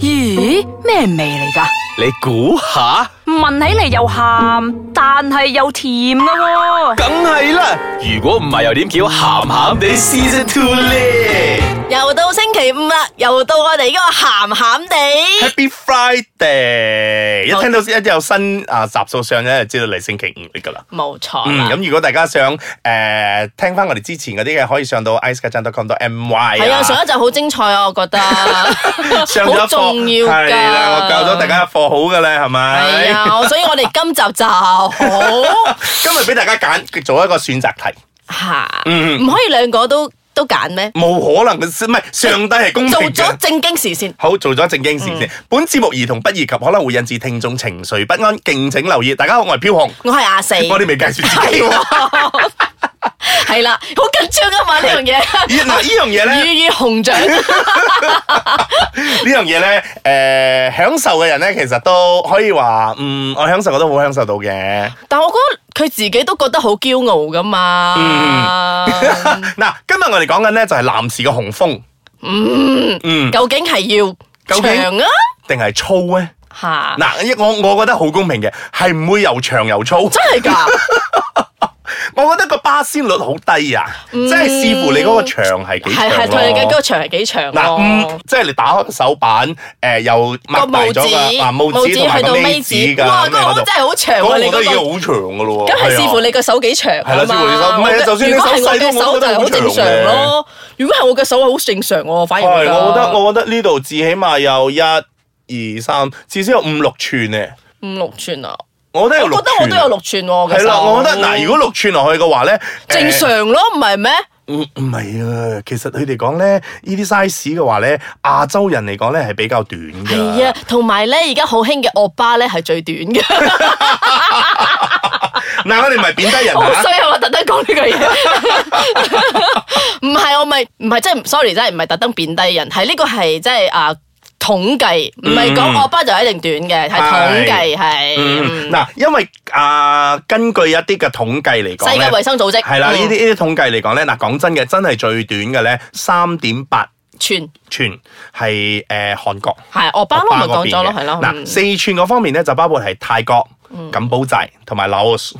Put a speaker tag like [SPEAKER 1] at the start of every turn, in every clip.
[SPEAKER 1] 咦，咩味嚟噶？
[SPEAKER 2] 你估下，
[SPEAKER 1] 聞起嚟又鹹，但係又甜噶喎、
[SPEAKER 2] 梗係啦。如果唔係，又點叫鹹鹹地 Season Two 咧
[SPEAKER 3] 又到星期五啦，又到我哋嗰個鹹鹹 地。
[SPEAKER 4] Happy Friday！一聽到一有新啊集數上咧，就知道嚟星期五嚟噶啦。
[SPEAKER 3] 冇錯
[SPEAKER 4] 嗯，
[SPEAKER 3] 啦。
[SPEAKER 4] 咁如果大家想誒、呃、聽翻我哋之前嗰啲嘅，可以上到 icekacang.com.my
[SPEAKER 3] 係啊，上一集好精彩啊，我覺得
[SPEAKER 4] 上
[SPEAKER 3] 好
[SPEAKER 4] 咗
[SPEAKER 3] 重要
[SPEAKER 4] 課，係
[SPEAKER 3] 㗎。
[SPEAKER 4] 啦，我教咗大家一課好噶啦，係
[SPEAKER 3] 係
[SPEAKER 4] 咪？
[SPEAKER 3] 啊，所以我哋今集 就好
[SPEAKER 4] 今日俾大家揀做一個選擇題，
[SPEAKER 3] 吓，
[SPEAKER 4] 嗯
[SPEAKER 3] 唔可以兩個都都揀咩？
[SPEAKER 4] 冇可能嘅事，唔係上帝係公
[SPEAKER 3] 做
[SPEAKER 4] 平
[SPEAKER 3] 咗
[SPEAKER 4] 嘅。
[SPEAKER 3] 正經事先。
[SPEAKER 4] 好，做咗正經事
[SPEAKER 3] 嗯
[SPEAKER 4] 先。本節目兒童不宜及可能會引致聽眾情緒不安，敬請留意。大家好，我係飄紅，
[SPEAKER 3] 我係阿四，
[SPEAKER 4] 我哋未介紹自己
[SPEAKER 3] 係
[SPEAKER 4] 喎。
[SPEAKER 3] 喎係啦，好緊張啊嘛呢樣嘢，
[SPEAKER 4] 咦嗱，呢樣嘢咧。
[SPEAKER 3] 魚與 熊掌。
[SPEAKER 4] 呢樣嘢咧，誒、享受嘅人咧，其實都可以話，嗯，我享受我都好享受到嘅。
[SPEAKER 3] 但我覺得佢自己都覺得好驕傲噶嘛。
[SPEAKER 4] 嗯
[SPEAKER 3] 嗯
[SPEAKER 4] 嗱，今日我哋講緊咧就係男士嘅雄風，嗯，
[SPEAKER 3] 究竟係要
[SPEAKER 4] 究竟
[SPEAKER 3] 長啊，
[SPEAKER 4] 定係粗咧？
[SPEAKER 3] 吓，
[SPEAKER 4] 嗱，一我我覺得好公平嘅，係唔會又長又粗。
[SPEAKER 3] 真係㗎，
[SPEAKER 4] 我覺得個巴仙率好低啊，即係視乎你嗰個長係幾長
[SPEAKER 3] 嗯係係佢哋嘅嗰
[SPEAKER 4] 咯
[SPEAKER 3] 個長係幾長
[SPEAKER 4] 嗱，
[SPEAKER 3] 咯
[SPEAKER 4] 嗯，。即係你打開個手板，誒、又擘大
[SPEAKER 3] 拇
[SPEAKER 4] 咗個啊拇指同埋
[SPEAKER 3] 去
[SPEAKER 4] 個
[SPEAKER 3] 到
[SPEAKER 4] 尾
[SPEAKER 3] 尾
[SPEAKER 4] 指㗎，
[SPEAKER 3] 哇！嗰
[SPEAKER 4] 咁樣嗰
[SPEAKER 3] 個
[SPEAKER 4] 度
[SPEAKER 3] 真係好長
[SPEAKER 4] 嗰個
[SPEAKER 3] 喎，
[SPEAKER 4] 我
[SPEAKER 3] 你
[SPEAKER 4] 覺
[SPEAKER 3] 嗰
[SPEAKER 4] 得已經
[SPEAKER 3] 個。
[SPEAKER 4] 好長㗎咯喎。
[SPEAKER 3] 咁係視
[SPEAKER 4] 啊
[SPEAKER 3] 乎你個手幾長啊
[SPEAKER 4] 係啦視乎你手唔係啊就算你
[SPEAKER 3] 如果係
[SPEAKER 4] 手
[SPEAKER 3] 我
[SPEAKER 4] 細
[SPEAKER 3] 嘅
[SPEAKER 4] 都
[SPEAKER 3] 手
[SPEAKER 4] 我覺
[SPEAKER 3] 就
[SPEAKER 4] 得
[SPEAKER 3] 好
[SPEAKER 4] 好
[SPEAKER 3] 正
[SPEAKER 4] 長
[SPEAKER 3] 常咯。如果係我嘅手係好正常喎，反而
[SPEAKER 4] 係，啊我覺得我覺得呢度至起碼有一二三，至少有五六寸咧。
[SPEAKER 3] 五六寸啊，
[SPEAKER 4] 我覺得有
[SPEAKER 3] 我
[SPEAKER 4] 六
[SPEAKER 3] 覺得我
[SPEAKER 4] 寸。啊
[SPEAKER 3] 都有六寸喎。我嘅
[SPEAKER 4] 係啦，
[SPEAKER 3] 手
[SPEAKER 4] 我覺得嗱，如果六寸落去嘅話咧，
[SPEAKER 3] 正常
[SPEAKER 4] 誒。
[SPEAKER 3] 咯，唔係咩？
[SPEAKER 4] 唔唔係啊，其實佢哋講咧，呢啲 size 嘅話咧，亞洲人嚟講咧係比較短㗎。
[SPEAKER 3] 係啊，同埋咧，而家好興嘅惡巴咧係最短嘅，
[SPEAKER 4] 嗱，我哋唔係貶低人
[SPEAKER 3] 好
[SPEAKER 4] 啊。
[SPEAKER 3] 衰啊！我特登講呢句 嘢，唔係我咪唔係真係，sorry 真係唔係特登貶低人，係呢個係即係啊統計，唔係講惡巴就一定短嘅，係統計係
[SPEAKER 4] 嗯，嗱，因為啊，根據一啲嘅統計嚟講
[SPEAKER 3] 世界
[SPEAKER 4] 咧，
[SPEAKER 3] 衞生組織
[SPEAKER 4] 係啦，呢啲
[SPEAKER 3] 嗯
[SPEAKER 4] 呢啲統計嚟講咧，嗱，講真嘅，真係最短嘅咧，三點八
[SPEAKER 3] 全
[SPEAKER 4] 寸係誒韓國。
[SPEAKER 3] 係惡巴咯，我咪講咗咯，係咯，
[SPEAKER 4] 嗱，
[SPEAKER 3] 嗯
[SPEAKER 4] 四寸嗰方面咧就包括係泰國、柬埔寨同埋老撾。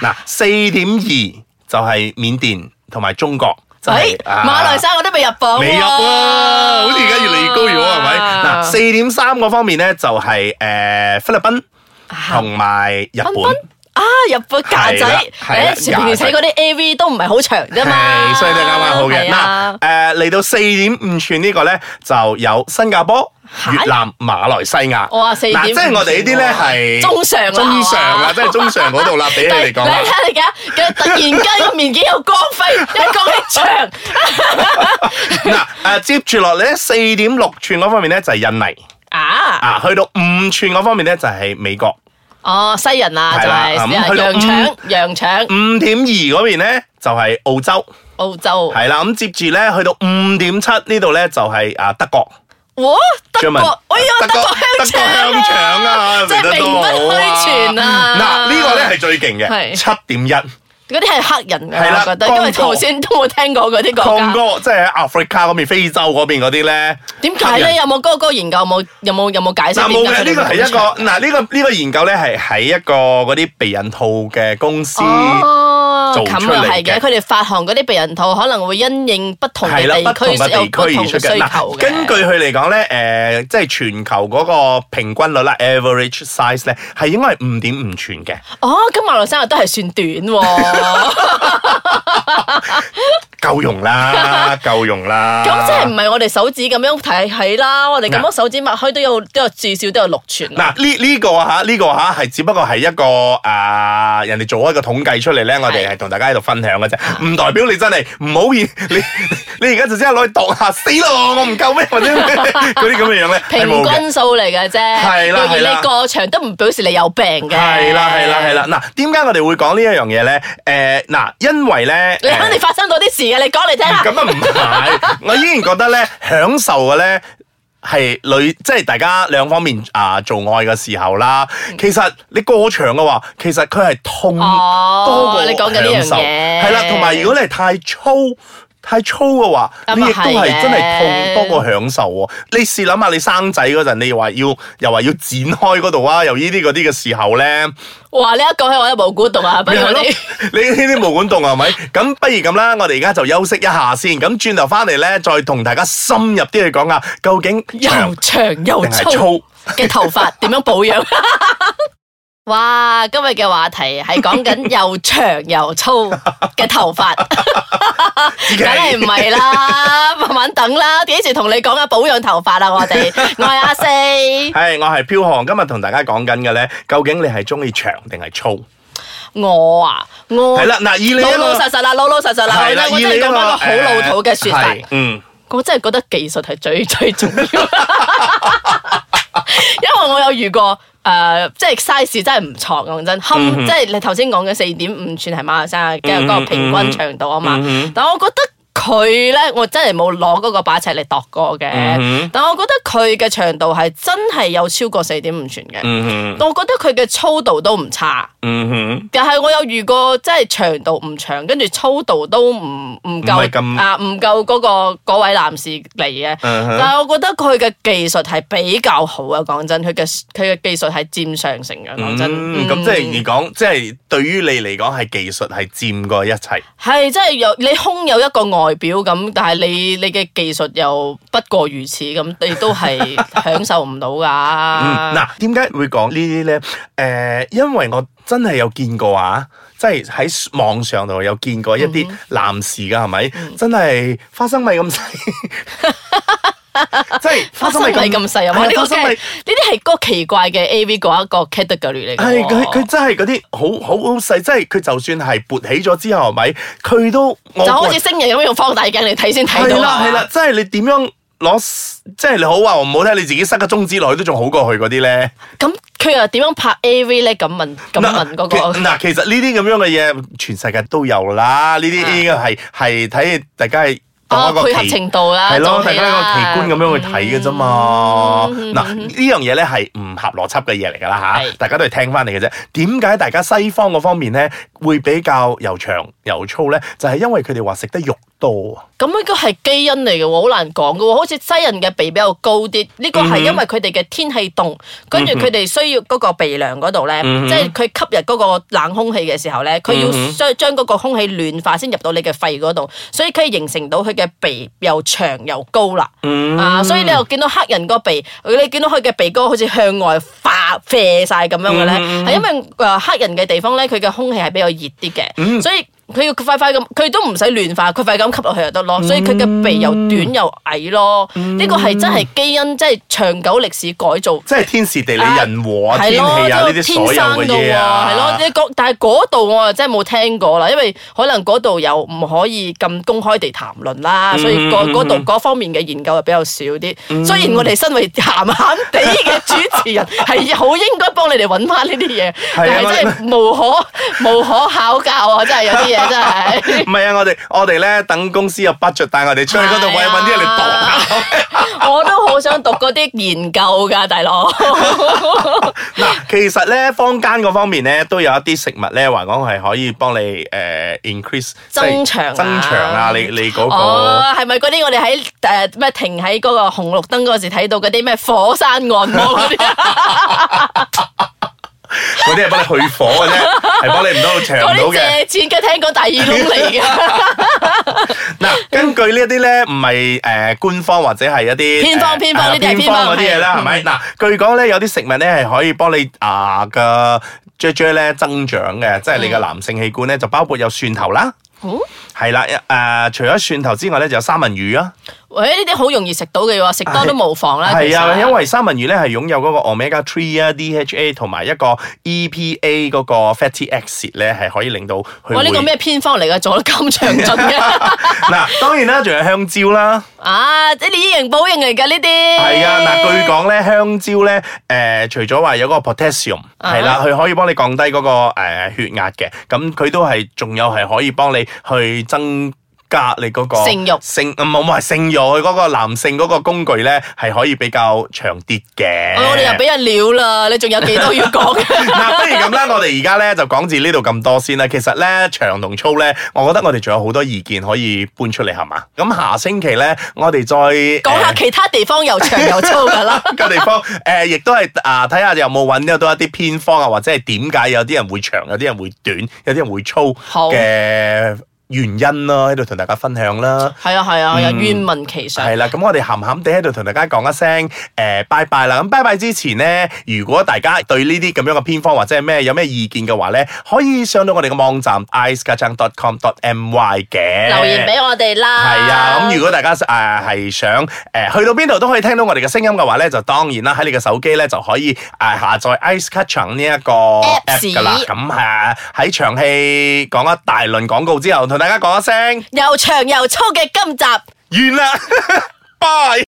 [SPEAKER 4] 嗱，四點二就係緬甸同埋中國。就係啊
[SPEAKER 3] 誒哎馬來西亞我都未入榜喎，
[SPEAKER 4] 未入啊！好似而家越嚟越高咗，係咪？
[SPEAKER 3] 啊 À.
[SPEAKER 4] 嗱，四點三嗰方面咧就係誒菲律賓
[SPEAKER 3] À,
[SPEAKER 4] 同埋日
[SPEAKER 3] 分
[SPEAKER 4] 本
[SPEAKER 3] 分。啊，日本架
[SPEAKER 4] 係啦
[SPEAKER 3] 仔，
[SPEAKER 4] 係啦
[SPEAKER 3] 誒前面睇嗰啲 AV 都唔係好長啫啊嘛，
[SPEAKER 4] 係，所以都啱啱好嘅。
[SPEAKER 3] 係啊
[SPEAKER 4] 嗱，誒嚟到四點五寸呢個咧，就有新加坡、
[SPEAKER 3] 嚇
[SPEAKER 4] 越南、馬來西亞。
[SPEAKER 3] 我話四點
[SPEAKER 4] 嗱，
[SPEAKER 3] 五
[SPEAKER 4] 即係我哋呢啲咧係
[SPEAKER 3] 中上啦
[SPEAKER 4] 中上啊，即係中上嗰度啦，比起
[SPEAKER 3] 但係
[SPEAKER 4] 嚟
[SPEAKER 3] 你
[SPEAKER 4] 講啦。
[SPEAKER 3] 睇下你而家，佢突然間個面幾有光輝，一講起長，
[SPEAKER 4] 嗱，誒接住落嚟咧，四點六寸嗰方面咧就係印尼
[SPEAKER 3] 啊，
[SPEAKER 4] 啊，去到五寸嗰方面咧就係美國，
[SPEAKER 3] 哦，西人啊，
[SPEAKER 4] 係
[SPEAKER 3] 就
[SPEAKER 4] 啦咁
[SPEAKER 3] 係
[SPEAKER 4] 去到
[SPEAKER 3] 羊腸，羊腸，
[SPEAKER 4] 五點二嗰邊咧就係澳洲，
[SPEAKER 3] 澳洲，
[SPEAKER 4] 係啦，咁接住咧去到五點七呢度咧就係啊德國。
[SPEAKER 3] 哇，德
[SPEAKER 4] German
[SPEAKER 3] 國，哎呀，
[SPEAKER 4] 德
[SPEAKER 3] 德
[SPEAKER 4] 國
[SPEAKER 3] 國香腸啊，
[SPEAKER 4] 德國香腸啊
[SPEAKER 3] à. 真係
[SPEAKER 4] 食得
[SPEAKER 3] 名
[SPEAKER 4] 多
[SPEAKER 3] 不
[SPEAKER 4] à.
[SPEAKER 3] 虛傳啊！
[SPEAKER 4] 嗱，呢個咧係最勁嘅，
[SPEAKER 3] 係
[SPEAKER 4] 七點一。
[SPEAKER 3] 嗰啲係黑人
[SPEAKER 4] 係
[SPEAKER 3] 㗎，
[SPEAKER 4] 啦
[SPEAKER 3] 我覺得，因為
[SPEAKER 4] 剛果
[SPEAKER 3] 頭先都冇聽過嗰啲國
[SPEAKER 4] 抗
[SPEAKER 3] 家。
[SPEAKER 4] 哥即係喺 Africa 嗰邊、非洲嗰邊嗰啲咧，
[SPEAKER 3] 點解
[SPEAKER 4] 黑人
[SPEAKER 3] 咧？有冇嗰嗰個研究有冇有冇有冇解釋
[SPEAKER 4] 嗱
[SPEAKER 3] 點
[SPEAKER 4] 冇
[SPEAKER 3] 解
[SPEAKER 4] 嘅，
[SPEAKER 3] 佢哋
[SPEAKER 4] 呢個係
[SPEAKER 3] 咁
[SPEAKER 4] 一個
[SPEAKER 3] 長
[SPEAKER 4] 嗱呢個呢個研究咧係喺一個嗰啲避孕套嘅公司。
[SPEAKER 3] 哦，
[SPEAKER 4] 做
[SPEAKER 3] 咁
[SPEAKER 4] 出
[SPEAKER 3] 又
[SPEAKER 4] 嚟
[SPEAKER 3] 係
[SPEAKER 4] 嘅
[SPEAKER 3] 嘅，佢哋發行嗰啲避孕套可能會因應不同嘅
[SPEAKER 4] 係啦，
[SPEAKER 3] 地
[SPEAKER 4] 不同
[SPEAKER 3] 區
[SPEAKER 4] 嘅
[SPEAKER 3] 有
[SPEAKER 4] 地
[SPEAKER 3] 不
[SPEAKER 4] 區
[SPEAKER 3] 同
[SPEAKER 4] 而出
[SPEAKER 3] 嘅
[SPEAKER 4] 嘅。
[SPEAKER 3] 需
[SPEAKER 4] 嗱
[SPEAKER 3] 求嘅。
[SPEAKER 4] 根據佢嚟講咧，誒、即係全球嗰個平均率啦，average size 咧係應該係五點五寸嘅。
[SPEAKER 3] 哦，咁馬來西亞都係算短喎，
[SPEAKER 4] 夠用 啦，夠用啦。
[SPEAKER 3] 咁即係唔係我哋手指咁樣睇睇啦？我哋咁樣
[SPEAKER 4] 嗱
[SPEAKER 3] 手指擘開都
[SPEAKER 4] 啊
[SPEAKER 3] 有都有至少都有六寸啊啦。
[SPEAKER 4] 嗱呢呢個嚇呢個嚇係只不過係一個啊、人哋做一個統計出嚟咧，我哋係同大家喺度分享嘅啫，
[SPEAKER 3] 啊
[SPEAKER 4] 唔代表你真係唔好意 你你而家就即刻攞去度下死咯，我唔夠咩或 者嗰啲咁嘅樣咧係
[SPEAKER 3] 平
[SPEAKER 4] 冇嘅。
[SPEAKER 3] 均數嚟嘅啫，
[SPEAKER 4] 係啦
[SPEAKER 3] 若
[SPEAKER 4] 係
[SPEAKER 3] 然
[SPEAKER 4] 啦
[SPEAKER 3] 你過長都唔表示你有病嘅。
[SPEAKER 4] 係啦係啦係啦，，嗱，點解我哋會講呢一樣嘢咧？誒、嗱，因為咧，
[SPEAKER 3] 你肯定發生過啲事嘅，你講嚟聽下。
[SPEAKER 4] 咁啊唔 係，我依然覺得咧，享受嘅咧係女，即係大家兩方面啊、做愛嘅時候啦。
[SPEAKER 3] 嗯
[SPEAKER 4] 其實你過長嘅話，其實佢係痛
[SPEAKER 3] 哦
[SPEAKER 4] 多過
[SPEAKER 3] 你講緊呢樣
[SPEAKER 4] 享受
[SPEAKER 3] 嘢
[SPEAKER 4] 係啦，同埋如果你係太粗。太粗嘅話，
[SPEAKER 3] 咁啊
[SPEAKER 4] 你亦都
[SPEAKER 3] 係嘅
[SPEAKER 4] 係真係痛多過享受喎。你試諗下，你生仔嗰陣，你又話要又話要剪開嗰度啊，又呢啲嗰啲嘅時候咧，
[SPEAKER 3] 哇！你一講起我都冇估到啊，不
[SPEAKER 4] 咪
[SPEAKER 3] 如我
[SPEAKER 4] 係咯
[SPEAKER 3] 哋。
[SPEAKER 4] 你呢啲毛管動係咪？咁不如咁啦，我哋而家就休息一下先，咁轉頭翻嚟咧，再同大家深入啲去講下究竟
[SPEAKER 3] 又
[SPEAKER 4] 長
[SPEAKER 3] 長又
[SPEAKER 4] 定係
[SPEAKER 3] 粗
[SPEAKER 4] 粗。
[SPEAKER 3] 嘅頭髮點樣保 養？哇！今日嘅話題係講緊又長又粗嘅 頭髮，
[SPEAKER 4] 自己
[SPEAKER 3] 梗係唔 係啦，慢慢等啦。幾時同你講下啊保養頭髮啦？我哋我係阿四，
[SPEAKER 4] 係，我係飄航，今日同大家講緊嘅咧，究竟你係中意長定係粗？
[SPEAKER 3] 我啊，我
[SPEAKER 4] 係啦，嗱，以你一
[SPEAKER 3] 老
[SPEAKER 4] 個
[SPEAKER 3] 老實實啦，老老實實啦，
[SPEAKER 4] 係啦，
[SPEAKER 3] 我
[SPEAKER 4] 以
[SPEAKER 3] 真
[SPEAKER 4] 你一
[SPEAKER 3] 係
[SPEAKER 4] 個
[SPEAKER 3] 講翻個
[SPEAKER 4] À.
[SPEAKER 3] 好老土嘅説法。
[SPEAKER 4] 係嗯。
[SPEAKER 3] 我真係覺得技術係最 最重要，因為我有遇過誒、呃即係 size 真係唔錯，講真，冚、即係你頭先講嘅四點五寸係馬來西亞嘅嗰個平均長度啊嘛，但我覺得。佢咧，我真係冇攞嗰個把尺嚟度過嘅，但我覺得佢嘅長度係真係有超過四點五寸嘅，
[SPEAKER 4] 嗯
[SPEAKER 3] 我覺得佢嘅粗度都唔差。
[SPEAKER 4] 哼，嗯哼，
[SPEAKER 3] 但係我有遇過，即係長度唔長，跟住粗度都唔唔
[SPEAKER 4] 唔
[SPEAKER 3] 夠
[SPEAKER 4] 係咁
[SPEAKER 3] 啊，唔夠嗰、個嗰位男士嚟嘅。
[SPEAKER 4] 嗯哼
[SPEAKER 3] 但係我覺得佢嘅技術係比較好啊，講真，佢嘅佢嘅技術係佔上乘嘅，講真。
[SPEAKER 4] 嗯咁即係而講，即係對於你嚟講係技術係佔過一切。
[SPEAKER 3] 係即係有你空有一個外表咁，但係你你嘅技術又不過如此咁，你都係 享受唔到㗎。啊
[SPEAKER 4] 嗯，嗱，點解會講呢啲咧？誒、因為我真係有見過啊，即係喺網上度有見過一
[SPEAKER 3] 嗯
[SPEAKER 4] 啲男士噶，係咪？真係花生米咁細， 即係
[SPEAKER 3] 花生米咁細啊！
[SPEAKER 4] 係
[SPEAKER 3] 哇呢個
[SPEAKER 4] 花生
[SPEAKER 3] 真係
[SPEAKER 4] 米
[SPEAKER 3] 呢。啲係嗰個奇怪嘅 A V 嗰一個 category 嚟嘅
[SPEAKER 4] 係
[SPEAKER 3] 喎。
[SPEAKER 4] 佢佢真係嗰啲好好好細，即係佢就算係勃起咗之後，係咪？佢都我
[SPEAKER 3] 就好似星人咁用放大鏡嚟睇先睇到
[SPEAKER 4] 係啦
[SPEAKER 3] 啊
[SPEAKER 4] 係啦，，即係你點樣攞？即係你好話唔好聽，你自己塞個中指落去都仲好過佢嗰啲咧。
[SPEAKER 3] 咁佢又點樣拍 AV 咧？咁問咁問
[SPEAKER 4] 嗱
[SPEAKER 3] 嗰
[SPEAKER 4] 其
[SPEAKER 3] 個
[SPEAKER 4] 嗱，其實呢啲咁樣嘅嘢，全世界都有啦。呢啲
[SPEAKER 3] 啊
[SPEAKER 4] 呢個係係睇大家係當
[SPEAKER 3] 哦
[SPEAKER 4] 一個
[SPEAKER 3] 配合
[SPEAKER 4] 奇
[SPEAKER 3] 程度啦，
[SPEAKER 4] 係咯，
[SPEAKER 3] 做
[SPEAKER 4] 大
[SPEAKER 3] 戲
[SPEAKER 4] 家
[SPEAKER 3] 啦
[SPEAKER 4] 一個奇觀咁樣去睇嘅啫嘛。
[SPEAKER 3] 嗯
[SPEAKER 4] 嗱，呢樣嘢咧係唔合邏輯嘅嘢嚟㗎啦吓，
[SPEAKER 3] 係
[SPEAKER 4] 大家都係聽翻嚟嘅啫。點解大家西方嗰方面咧會比較又長又粗咧？就係因為佢哋話食得肉多啊。
[SPEAKER 3] 咁呢個係基因嚟嘅喎，好難講嘅喎。好似西人嘅鼻比較高啲，呢個係因為佢哋嘅天氣凍，跟住佢哋需要嗰個鼻梁嗰度咧，
[SPEAKER 4] 嗯哼
[SPEAKER 3] 即係佢吸入嗰個冷空氣嘅時候咧，佢要將將嗰個空氣暖化先入到你嘅肺嗰度，所以佢形成到佢嘅鼻又長又高啦。啊，所以你又見到黑人個鼻，你見到佢嘅鼻哥好似向外化啡晒咁樣嘅咧，係、因為誒黑人嘅地方咧，佢嘅空氣係比較熱啲嘅，所以佢要快快咁，佢都唔使亂化，佢快咁吸落去就得咯。所以佢嘅鼻又短又矮咯，呢個係真係基因，即係長久歷史改造。
[SPEAKER 4] 即係天時地利
[SPEAKER 3] 啊
[SPEAKER 4] 人和啊，天
[SPEAKER 3] 係咯，
[SPEAKER 4] 氣啊，呢
[SPEAKER 3] 都
[SPEAKER 4] 啲
[SPEAKER 3] 天
[SPEAKER 4] 所有
[SPEAKER 3] 生
[SPEAKER 4] 嘅
[SPEAKER 3] 㗎
[SPEAKER 4] 嘢
[SPEAKER 3] 喎，
[SPEAKER 4] 啊，
[SPEAKER 3] 係咯，你嗰但係嗰度我又真係冇聽過啦，因為可能嗰度又唔可以咁公開地談論啦，所以嗰嗰度嗰方面嘅研究又比較少啲。雖然我哋身為鹹鹹地嘅主持人，係好應該幫你哋揾翻呢啲嘢，但
[SPEAKER 4] 啊
[SPEAKER 3] 係真係無可無可考教啊！真係有啲 嘢真係，
[SPEAKER 4] 唔係啊，我哋我哋咧等公司有 budget 帶我哋出去嗰度
[SPEAKER 3] 係
[SPEAKER 4] 揾
[SPEAKER 3] 啊
[SPEAKER 4] 揾啲人嚟度下。
[SPEAKER 3] 我都好想讀嗰啲研究㗎， 大佬。
[SPEAKER 4] 嗱，其實咧坊間嗰方面咧都有一啲食物咧話講係可以幫你誒、呃 increase 即係
[SPEAKER 3] 增長啊
[SPEAKER 4] 增長啊，你你嗰、個。
[SPEAKER 3] 哦，係咪嗰啲我哋喺誒咩停喺嗰個紅綠燈嗰時睇到嗰啲咩火山按摩 嗰啲啊？
[SPEAKER 4] 嗰啲係幫你去火嘅啫， 係幫你唔到長
[SPEAKER 3] 嗰
[SPEAKER 4] 到
[SPEAKER 3] 啲
[SPEAKER 4] 嘅。
[SPEAKER 3] 借錢嘅聽講第二窿嚟 嘅，
[SPEAKER 4] 嗱，根據呢一啲咧，唔係誒官方或者係一啲
[SPEAKER 3] 偏方
[SPEAKER 4] 呃
[SPEAKER 3] 偏方
[SPEAKER 4] 啊
[SPEAKER 3] 呢啲係
[SPEAKER 4] 偏嗰啲嘢啦，係
[SPEAKER 3] 偏方
[SPEAKER 4] 咪？嗱，據講咧有啲食物咧係可以幫你牙嘅雀雀咧增長嘅，即係你嘅男性器官咧就包括有蒜頭啦，
[SPEAKER 3] 嗯
[SPEAKER 4] 係啦，誒除咗蒜頭之外咧就有三文魚啊，
[SPEAKER 3] 喂，呢啲好容易食到嘅喎，食多都無妨啦。
[SPEAKER 4] 係啊，
[SPEAKER 3] 其實
[SPEAKER 4] 因為三文魚咧係擁有嗰個 omega three 啊 DHA 同埋一個 EPA 嗰個 fatty acid 咧係可以令到佢
[SPEAKER 3] 我呢個
[SPEAKER 4] 會
[SPEAKER 3] 咩偏方嚟嘅，做得咁詳盡嘅，
[SPEAKER 4] 嗱，當然啦，仲有香 蕉啦。
[SPEAKER 3] 啊，即係以形補形嚟㗎呢啲。
[SPEAKER 4] 係啊，嗱，據講咧，香蕉咧，誒、除咗話有嗰個 potassium，
[SPEAKER 3] 啊
[SPEAKER 4] 係啦、佢可以幫你降低嗰、個、誒血壓嘅，咁佢都係仲有係可以幫你去增
[SPEAKER 3] 性慾
[SPEAKER 4] 性唔係唔係性慾，佢嗰個男性嗰個工具咧係可以比較長啲嘅。
[SPEAKER 3] 我哋又俾人料啦，你仲有幾多要 講？
[SPEAKER 4] 嗱，不如咁啦，我哋而家咧就講至呢度咁多先啦。其實咧長同粗咧，我覺得我哋仲有好多意見可以搬出嚟，係嘛？咁下星期咧，我哋再
[SPEAKER 3] 講下
[SPEAKER 4] 呃
[SPEAKER 3] 其他地方又長又粗噶啦。
[SPEAKER 4] 個地方誒，亦都係啊，睇下有冇揾到一啲偏方啊，或者係點解有啲人會長，有啲人會短，有啲人會粗
[SPEAKER 3] 好
[SPEAKER 4] 嘅原因啦，喺度同大家分享啦。
[SPEAKER 3] 係啊係啊，有冤文其上。
[SPEAKER 4] 嗯係啦，咁我哋鹹鹹地喺度同大家講一聲誒、拜拜啦。咁拜拜之前呢，如果大家對呢啲咁樣嘅偏方或者係咩有咩意見嘅話呢，可以上到我哋嘅網站 i c e g a c c o m my 嘅
[SPEAKER 3] 留言俾我哋啦。
[SPEAKER 4] 係啊，咁如果大家誒係想誒去到邊度都可以聽到我哋嘅聲音嘅話咧，就當然啦，喺你嘅手機咧就可以誒下載 Ice Catching 呢一個 app 噶啦。咁誒喺長氣講一大輪廣 告之後，同大家講一聲
[SPEAKER 3] 又長又粗嘅今集。
[SPEAKER 4] 完啦，拜。